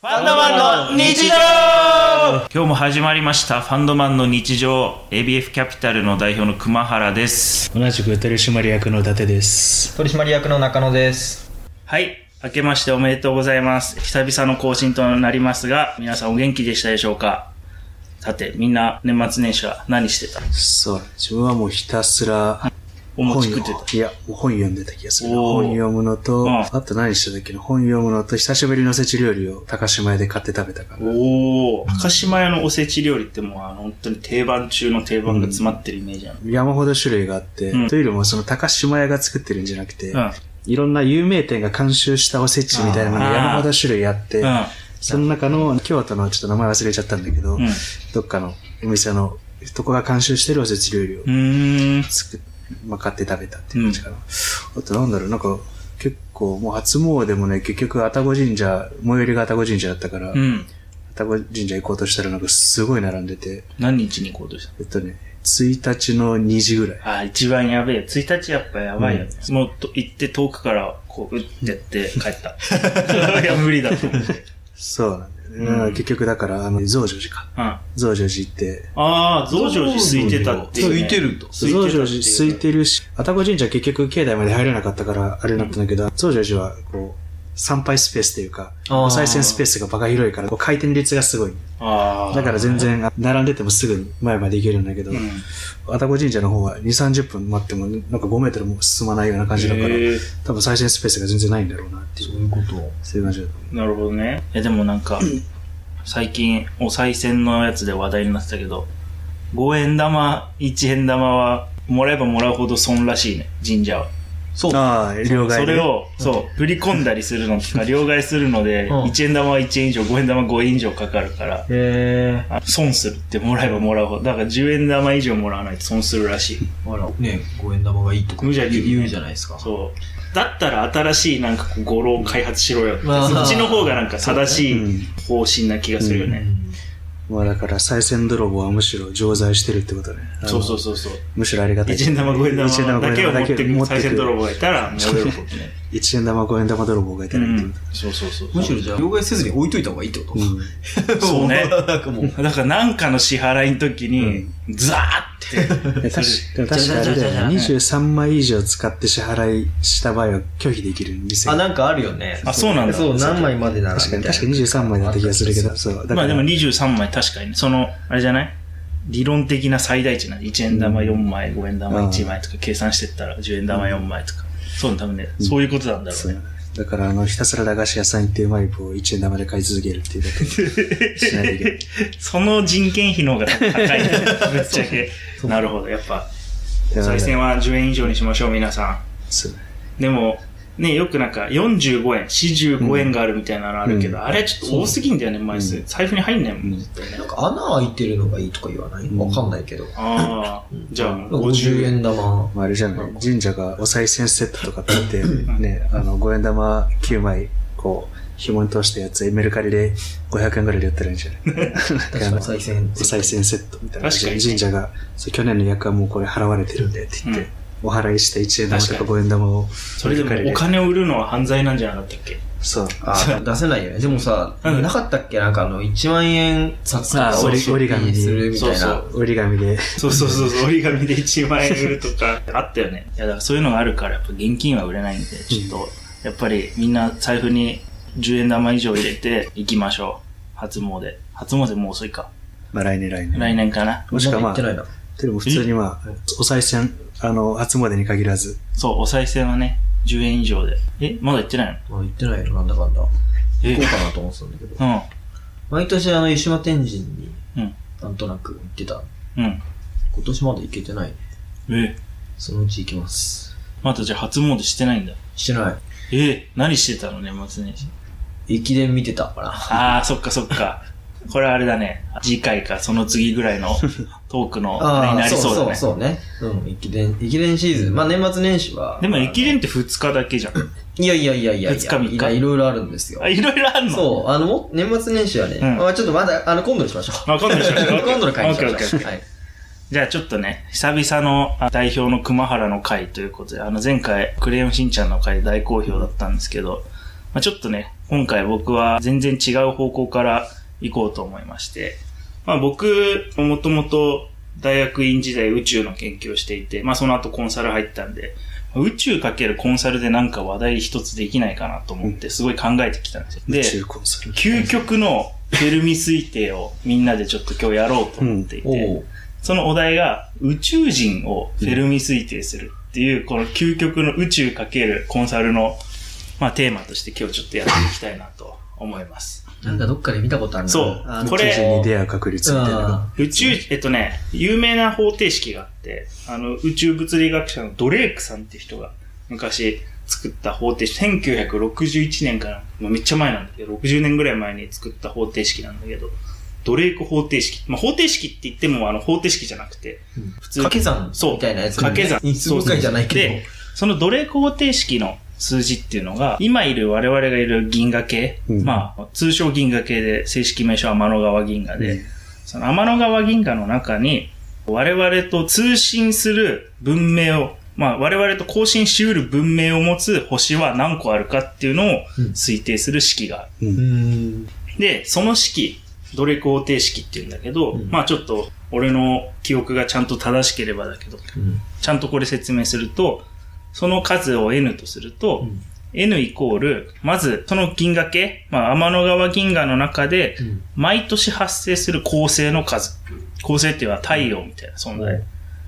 ファンドマンの日常今日も始まりましたファンドマンの日常 ABF キャピタルの代表の熊原です同じく取締役の伊達です。取締役の中野です。はい明けましておめでとうございます久々の更新となりますが皆さんお元気でしたでしょうかさてみんな年末年始は何してたそう、自分はもうひたすらお本餅食読ってたいや、本読んでた気がする。おー本読むのと、うんあと何してたっけな本読むのと、久しぶりのおせち料理を高島屋で買って食べたから。おお高島屋のおせち料理ってもうあの本当に定番中の定番が詰まってるイメージなの、山ほど種類があって、うんというよりもその高島屋が作ってるんじゃなくて、うんいろんな有名店が監修したおせちみたいなのあーが山ほど種類あって、うんその中の京都のちょっと名前忘れちゃったんだけど、うんどっかのお店のとこが監修してるおせち料理をうーん作っ、まあ、買って食べたっていう感じかな。あとなんだろう、なんか、結構、もう初詣もね、結局、愛宕神社、最寄りが愛宕神社だったかうら、愛ん宕神社行こうとしたら、なんかすごい並んでて、何日に行こうとしたえっとね、1日の2時ぐらい。あー、一番やべえ。1日やっぱやばいよね。もうと行って遠くから、こう、打ってやって帰 った。いや、無理だと思って。そうなんだよね。うんうん結局、だから、あの、増上寺か。うん。あ増上寺行って、あー、増上寺空いてたっていう、ね。空いてると空いてたっ増ていう上寺空いてるし、愛宕神社結局、境内まで入れなかったから、あれだったんだけど、増上寺は、こう、参拝スペースというか、あーお賽銭スペースがバカ広いから、こう回転率がすごい。ああ。だから全然、あ並んでてもすぐに前まで行けるんだけど、うん、愛宕神社の方は2、30分待っても、なんか5メートルも進まないような感じだから、へー多分再生スペースが全然ないんだろうなっていう、ういうこと。そういう感じだと思。なるほどね。いや、でもなんか、最近、お賽銭のやつで話題になってたけど、5円玉、1円玉は、もらえばもらうほど損らしいね、神社は。そうう。ああ、両替そねれ、を、そう、振り込んだりするのと か、両替するので、うん1円玉は1円以上、5円玉5円以上かかるから、えあ損するってもらえばもらうほど。だから10円玉以上もらわないと損するらしい。ー、あら、ね、五円玉がいいとか無邪気言うじゃないですか。そう。だったら新しいなんかこう語呂を開発しろよって、まあそっちの方がなんか正しいうん方針な気がするよね。まあだから、再銭泥棒はむしろ常在してるってことね。あのそうそうそうそう。むしろありがたい。 1円玉5円一玉だけを持ってくる再生泥棒。棒がいたら、もう 喜ぶね。 1円玉5円玉泥棒がいたうらいいってん。そうそうそう。むしろじゃあ、両替せずに置いといた方がいいってここと。うんとそうねなんかもう。だからなんかの支払いの時に、ザーって。 確かでも確かあれだよね。23枚以上使って支払いした場合は拒否できる店があ、なんかあるよね。あ、そうなんだ。そう、何枚までなら確かに、みたいな確かに23枚だった気がするけど、そう。だまかあでらも、23枚確かに、その、あれじゃない理論的な最大値なんで、1円玉4枚、5円玉1枚とか計算してったら、10円玉4枚とか。そう、多分ね、そういうことなんだろうそうね。だから、あの、ひたすら駄菓子屋さん行ってうまい棒を1円玉で買い続けるっていうだけしないといけない。 その人件費の方が高いね。ぶっちゃけ。なるほど。やっぱ、だから再生は10円以上にしましょう、皆さそう。ん。でも、ね、よくなんか45円、45円があるみたいなのあるけど、あれちょっと多すぎんだよね、枚数。財布に入んないもん、絶対ね。なんか穴開いてるのがいいとか言わないわかんないけど。ああ、じゃあもう50円玉。まあ、あれじゃない。神社がお賽銭セットとか買って、ね、あの、5円玉9枚、こう、紐に通したやつ、メルカリで500円ぐらいで売ったらいいんじゃない確かに、再銭お。賽銭セットみたいな。確かに神社が、そう去年の役はもうこれ払われてるんでって言って、お払いして1円玉とか5円玉を、それでもお金を売るのは犯罪なんじゃなかったっけそう。あ、出せないよね。でもさ、うんなかったっけなんかあの、1万円札とかあを折り出品折り紙にするみたいそうなそ。折り紙で。そうそうそうそう、折り紙で1万円売るとか、 あったよね。いや、だからそういうのがあるから、やっぱ現金は売れないんで、ちょっと、やっぱりみんな財布に10円玉以上入れて 行きましょう。初詣。初詣もう遅いか。まあ、来年来年。来年かな。もしくはままだ行ってない、な。あでも普通にまあ、お賽銭、あの、初詣に限らず、そう、お賽銭はね、10円以上で。え、まだ行ってないまあ、行ってないよ、なんだかんだ。行このうかなと思ってたんだけど。え、毎年あの、湯島天神に、うんなんとなく行ってた。うん。うん。今年まだ行けてない。え、そのうち行きます。まだじゃあ初詣してないんだ。してない。え、何してたの年末年始。駅伝見てたから。ああ、そっかそっか。これあれだね。次回かその次ぐらいのトークの あれになりそうだね。そうそうね。うん、駅伝、駅伝シーズン。まあ年末年始は。でも駅伝って2日だけじゃん。いやいやいやいやいや、二日三日いやいろいろあるんですよあ、。いろいろあんのう。そう、あの、も年末年始はね、うんまあちょっとまだ、あの、今度にしましょう。 あ、今度にしましょう今度の会にしまオッケーオッケしーょオう。ッケーはい。じゃあちょっとね、久々のあ代表の熊原の回ということで、あの前回、クレヨンしんちゃんの回大好評だったんですけど、まあ、ちょっとね、今回僕は全然違う方向から行こうと思いまして、まあ僕、もともと大学院時代宇宙の研究をしていて、まあその後コンサル入ったんで、宇宙かけるコンサルでなんか話題一つできないかなと思って、すごい考えてきたんですよ。で宇、宙コンサル。究極のフェルミ推定をみんなでちょっと今日やろうと思っていて、おうそのお題が宇宙人をフェルミ推定するっていう、この究極の宇宙かけるコンサルの、まあ、テーマとして今日ちょっとやっていきたいなと思います。なんかどっかで見たことあるなそうあのこれ宇宙人に出会う確率みたいなのが。宇宙、えっとね、有名な方程式があって、あの、宇宙物理学者のドレークさんって人が昔作った方程式、1961年から、まあ、めっちゃ前なんだけど、60年ぐらい前に作った方程式なんだけど、ドレーク方程式。まあ、方程式って言っても、あの、方程式じゃなくて、普通に掛け算そうみたいなやつ掛け算。因数分解じゃないそうけでその奴隷方程式の数字っていうのが、今いる我々がいる銀河系、うんまあ、通称銀河系で、正式名称は天の川銀河で、うんその天の川銀河の中に、我々と通信する文明を、まあ、我々と交信しうる文明を持つ星は何個あるかっていうのを推定する式がある。うんどうーんで、その式、ドレコ方程式って言うんだけど、まあちょっと俺の記憶がちゃんと正しければだけど、んちゃんとこれ説明すると、その数を n とすると、n イコール、まずその銀河系、まあ天の川銀河の中で、毎年発生する恒星の数。恒星っていうのは太陽みたいな存在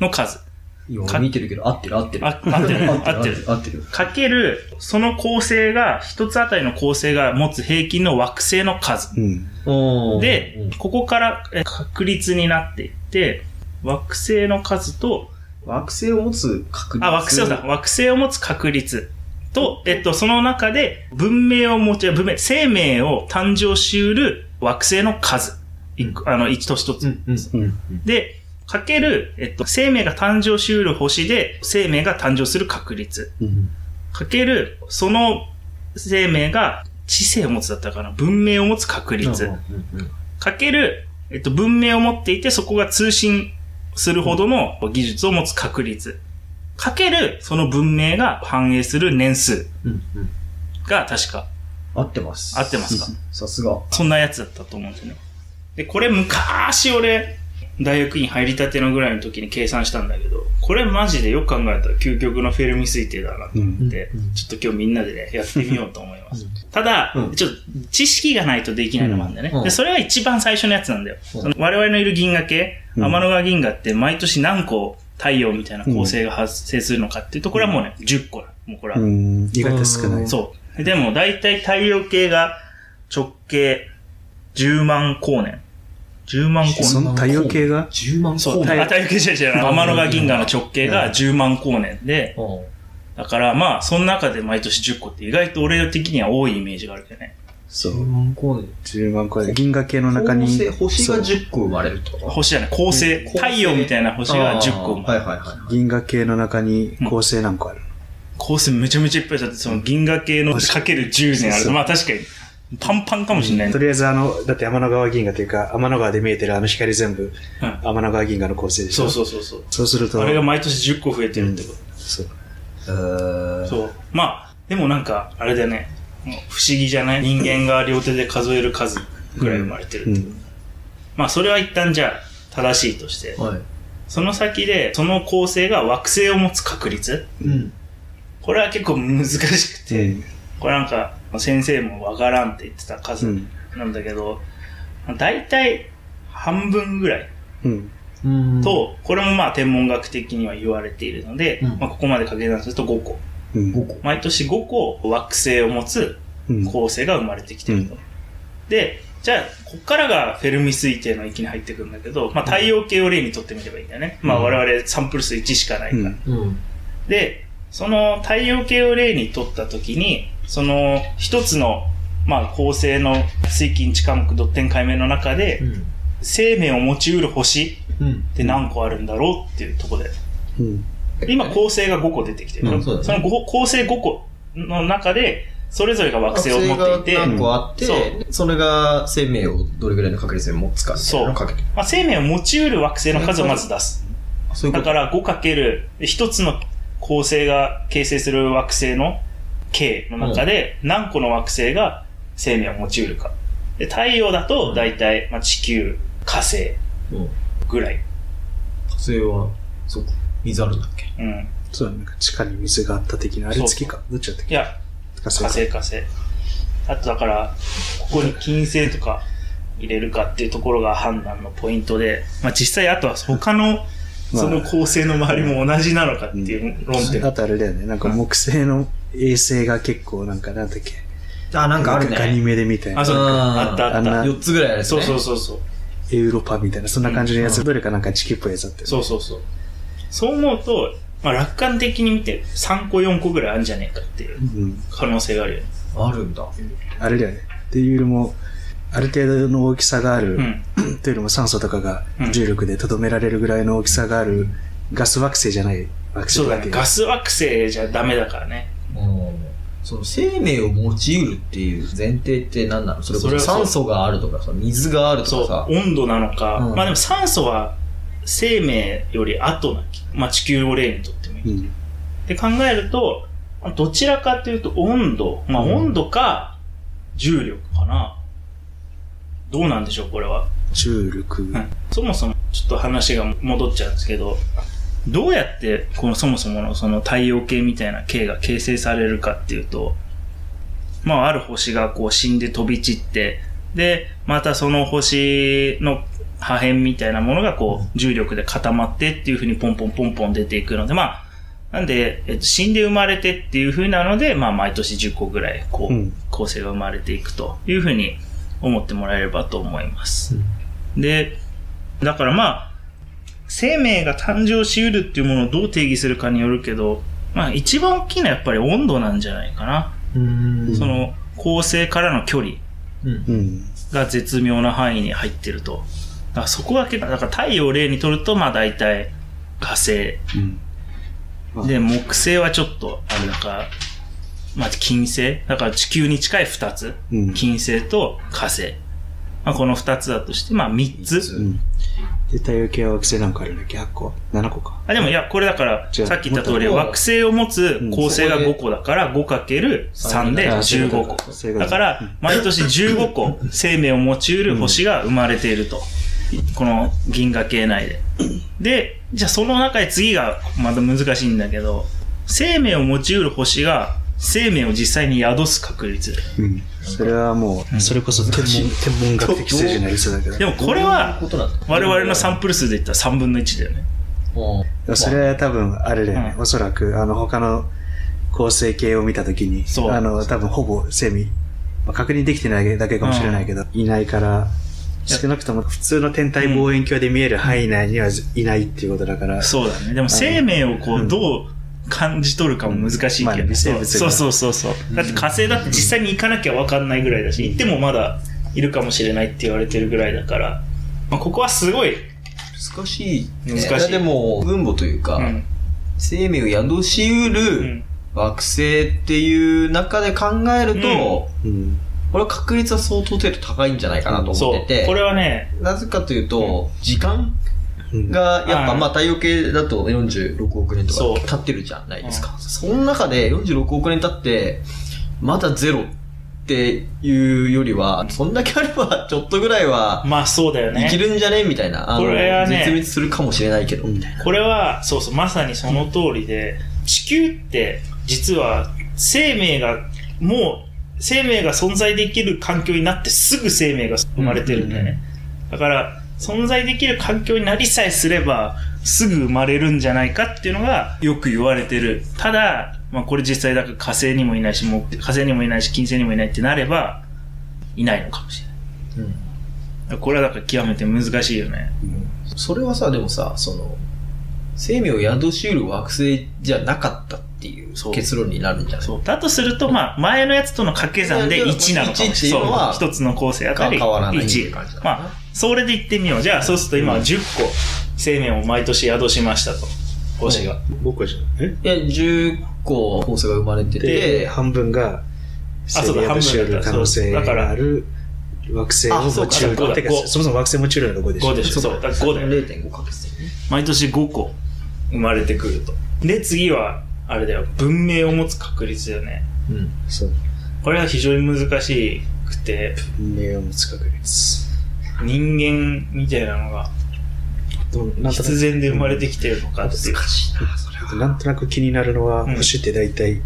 の数。今見てるけど合ってる合ってるあ 合ってる合って合ってるる合ってるかける、その恒星が、一つあたりの恒星が持つ平均の惑星の数。うん。おーでうん、ここからえ確率になっていって、惑星の数と、惑星を持つ確率あ、惑星をだ、惑星を持つ確率と、えっと、その中で文明を持ち、文明、生命を誕生しうる惑星の数。いくあの、一つ一つ。うんうんうん。で、かける、えっと、生命が誕生しうる星で、生命が誕生する確率。うん。かける、その生命が知性を持つだったかな。文明を持つ確率。かける、えっと、文明を持っていて、そこが通信するほどの技術を持つ確率。かける、その文明が反映する年数うんうんが確か合ってます合ってますかさすがそんなやつだったと思うんですよね。で、これ昔俺、大学院入りたてのぐらいの時に計算したんだけど、これマジでよく考えたら究極のフェルミ推定だなと思って、ちょっと今日みんなでね、やってみようと思います。ただ、うんちょっと知識がないとできないのもあるんだよね、うんで。それが一番最初のやつなんだよ。うんその我々のいる銀河系、うん天の川銀河って毎年何個太陽みたいな構成が発生するのかっていうと、これはもうね、10個だ。もうこれはうん。意外と少ない。そう。でも、大体太陽系が直径10万光年。10万光そ年。の太陽系が10万そう、光太年陽あ太陽系じゃない違う、天の川銀河の直径が10万光年で、うんだからまあ、その中で毎年10個って意外と俺的には多いイメージがあるけどね。そう10万光年10万個で銀河系の中に。恒星星がそう10個生まれるってこと星じゃない、恒星、恒星太陽みたいな星が10個あもーはいはいはい銀河系の中に恒星何個ある、恒星めちゃめちゃいっぱいだって、その銀河系のかける10年あそる。うまあ確かに、パンパンかもしれないねと。りあえずあの、だって天の川銀河というか、天の川で見えてるあの光全部、うん天の川銀河の恒星でしそょ。うう。そうそうそう。そうすると、あれが毎年10個増えてるってこと。そう。えーそう。まあ、でもなんか、あれだよね。もう不思議じゃない人間が両手で数える数ぐらい生まれてる。うん。まあ、それは一旦じゃあ、正しいとして。はいその先で、その構成が惑星を持つ確率。うんこれは結構難しくて、で、これなんか、先生もわからんって言ってたう数ん。なんだけど、だいたい半分ぐらいうん。うんと、これもまあ天文学的には言われているので、うんまあここまで掛け算すると5個。うん。 5個毎年5個惑星を持つうん。構成が生まれてきてると。で、じゃあ、こっからがフェルミ推定の域に入ってくるんだけど、まあ、太陽系を例にとってみればいいんだよね。まあ、うん我々サンプル数1しかないから。うんうんで、その太陽系を例にとったときに、その一つの、まあ、恒星の水金地下目ドッテン解明の中で、ん生命を持ち得る星うんって何個あるんだろうっていうところで。うん。今、恒星が5個出てきてる。うんそうだねその五恒星5個の中で、それぞれが惑星を持って惑星いて、が何個あって、そそれが生命をどれぐらいの確率で持つかみたいなのをかけてまあ、生命を持ち得る惑星の数をまず出す。あそういうだことから5かける1つの構成が形成する惑星の径の中で何個の惑星が生命を持ちうるか。で、太陽だと大体、まあ、地球、火星うん。ぐらい。火星は、そっか、水あるんだっけうん。そうだね。なんか地下に水があった的な。あれそう月か。どっちだったっいけや、火星火か。星火星。あとだから、ここに金星とか入れるかっていうところが判断のポイントで、まあ実際あとは他のまあその構成の周りも同じなのかっていう論点。あとあれだよね。なんか木星の衛星が結構なんかなんだっけ。あ、なんかあるガニね。メデみたいなあ、。そうあか。ーあったああっんた。な4つぐらいあるやつそうね。そうそうそう。エウロパみたいな。そんな感じのやつ。うどれかなんか地球っぽいやつだったよね。そうそうそう。そう思うと、まあ楽観的に見て3個4個ぐらいあるんじゃねえかっていううん。可能性があるよね。あるんだ。あれだよね。っていうよりも、ある程度の大きさがある。うん。というよりも酸素とかがうん重力でとどめられるぐらいの大きさがあるガス惑星じゃない惑そう星だだね。けガス惑星じゃダメだからね。うん。その生命を持ちうるっていう前提って何なのそれこそれそはそう酸素があるとかさ、水があるそとかさう、。温度なのか、うんまあでも酸素は生命より後な気、まあ地球を例にとってもいい。うん、で考えると、まあどちらかというと温度、まあうん温度か重力かな。どうなんでしょう、これは。重力、うんそもそも、ちょっと話が戻っちゃうんですけど、どうやって、このそもそものその太陽系みたいな系が形成されるかっていうと、まあある星がこう死んで飛び散って、で、またその星の破片みたいなものがこう重力で固まってっていう風にポンポンポンポン出ていくので、まあ、なんで、えっと、死んで生まれてっていう風なので、まあ毎年10個ぐらいこう、うん構成が生まれていくという風に思ってもらえればと思います。で、だからまあ、生命が誕生しうるっていうものをどう定義するかによるけど、まあ一番大きいのはやっぱり温度なんじゃないかな。うんその、恒星からの距離うん。うん、が絶妙な範囲に入ってると。だからそこが結構、だから太陽を例にとると、まあ大体火星。うんまあで、木星はちょっと、あれだから、まあ金星。だから地球に近い二つ。うん金星と火星。まあこの二つだとして、まあ三つ。うん、で太陽系は惑星なんかあるんだっけ8個7個かあ、でもいや、これだから、違うさっき言った通り、もっと惑星を持つうん恒星がそこで5個だから、5×3 であそういう15こと個。そういうこだとから、毎年15個生命を持ち得る星が生まれていると。この銀河系内で。で、じゃあその中で次がまた難しいんだけど、生命を持ち得る星が生命を実際に宿す確率。うん、それはもう、それこそ天文天文学的政治になりそうだけどでもこれはどういうことなんだ我々のサンプル数で言ったら3分の1だよね。うんそれは多分あれだよね、うんおそらくあの他の構成系を見たときにそうあの多分ほぼセミ、まあ、確認できてないだけかもしれないけど、いないからいや少なくとも普通の天体望遠鏡で見える範囲内にはずいないっていうことだから、そうだね。でも生命をこううんどう感じ取るかも難しいまあけど、ね微生物がそうそうそうそう。だって火星だって実際に行かなきゃ分かんないぐらいだし、行ってもまだいるかもしれないって言われてるぐらいだから、まあ、ここはすごい、難しいね。難しいやでも、分母というかう、ん生命を宿しううるん惑星っていう中で考えると、うん、これは確率は相当程度高いんじゃないかなとそ思ってう。こて、れはね、なぜかというと、時間うんがやっぱうんまあ太陽系だと46億年そとうか経ってるじゃないですか。その中で46億年経って、まだゼロっていうよりは、そんだけあればちょっとぐらいはまあそうだよ生きね。るんじゃねみたいな。あのこれはね絶滅するかもしれないけど、みたいな。これは、そうそう、まさにその通りで、地球って実は生命がもう、生命が存在できる環境になってすぐ生命が生まれてるんだよね。だから、存在できる環境になりさえすれば、すぐ生まれるんじゃないかっていうのがよく言われてる。ただ、まあこれ実際だから火星にもいないし、木火星にもいないし、金星にもいないってなれば、いないのかもしれない。うんうんだからこれはだから極めて難しいよね。それはさ、でもさ、その、生命を宿しうる惑星じゃなかったっていうそう結論になるんじゃないそう。だとすると、まあ前のやつとの掛け算で1なのかもしれいやいやなまい。あそう。一つの構成あたかり変わらないっていう1。感じだなまあ、それで言ってみよう。じゃあそうすると今は10個生命を毎年宿しましたと。星が。 5個じゃんえいや、10個放送が生まれてでて、半分があそうだ生命し得る可能性半分だがかある惑星をあそう持かち得そうかるてか五そもそも惑星持ち得るのが5でしょ5でしょ。そう。だから5だよね。 0.5かけてね。毎年5個生まれてくると。で、次は、あれだよ、文明を持つ確率だよね。うん。そうこれは非常に難しくて、運命を持つ確率。人間みたいなのがどうなんとな必く然で生まれてきてるのかっていう。しいな、それは。なんとなく気になるのは、うん星って大体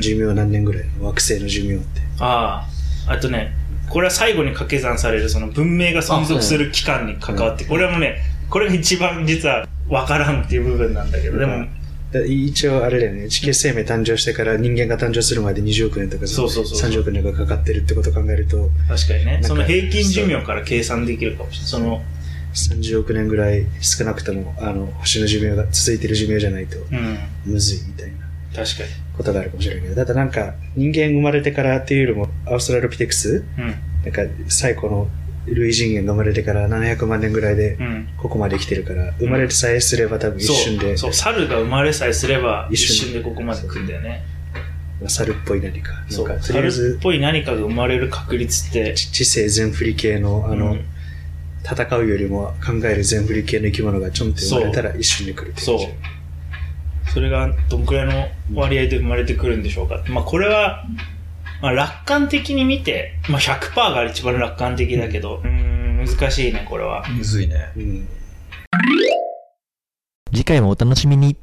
寿命何年ぐらい惑星の寿命って。ああ。あとね、これは最後に掛け算される、その文明が存続する期間に関わって、これもね、これが一番実は分からんっていう部分なんだけど、でうもん、だ一応あれだよね、地球生命誕生してから人間が誕生するまで20億年とかそうそうそう30億年がかかってるってことを考えると、確かになんね、かその平均寿命から計算できるかもしれない。その、 30億年ぐらい少なくともあの星の寿命が続いてる寿命じゃないとうん、むずいみたいな確かことがあるかもしれないけど、ただなんか人間生まれてからっていうよりもアウストラロピテクス、に。なんか最古の類人間が生まれてから700万年ぐらいでうん、うん。ここまで来てるから、生まれてさえすれば多分一瞬でそうそう猿が生まれさえすれば一一瞬瞬でここまで来るんだよね猿っぽい何か、なそんかうとりあえ猿ずっぽい何かが生まれる確率って知知性全振り系のあの、うん戦うよりも考える全振り系の生き物がちょんって生まれたら一瞬で来るってそうそれがどんくらいの割合で生まれてくるんでしょうか、まあこれは、まあ、楽観的に見て、まあ、100%が一番楽観的だけどうーん難しいねこれはむずいね。う、うん、次回もお楽しみに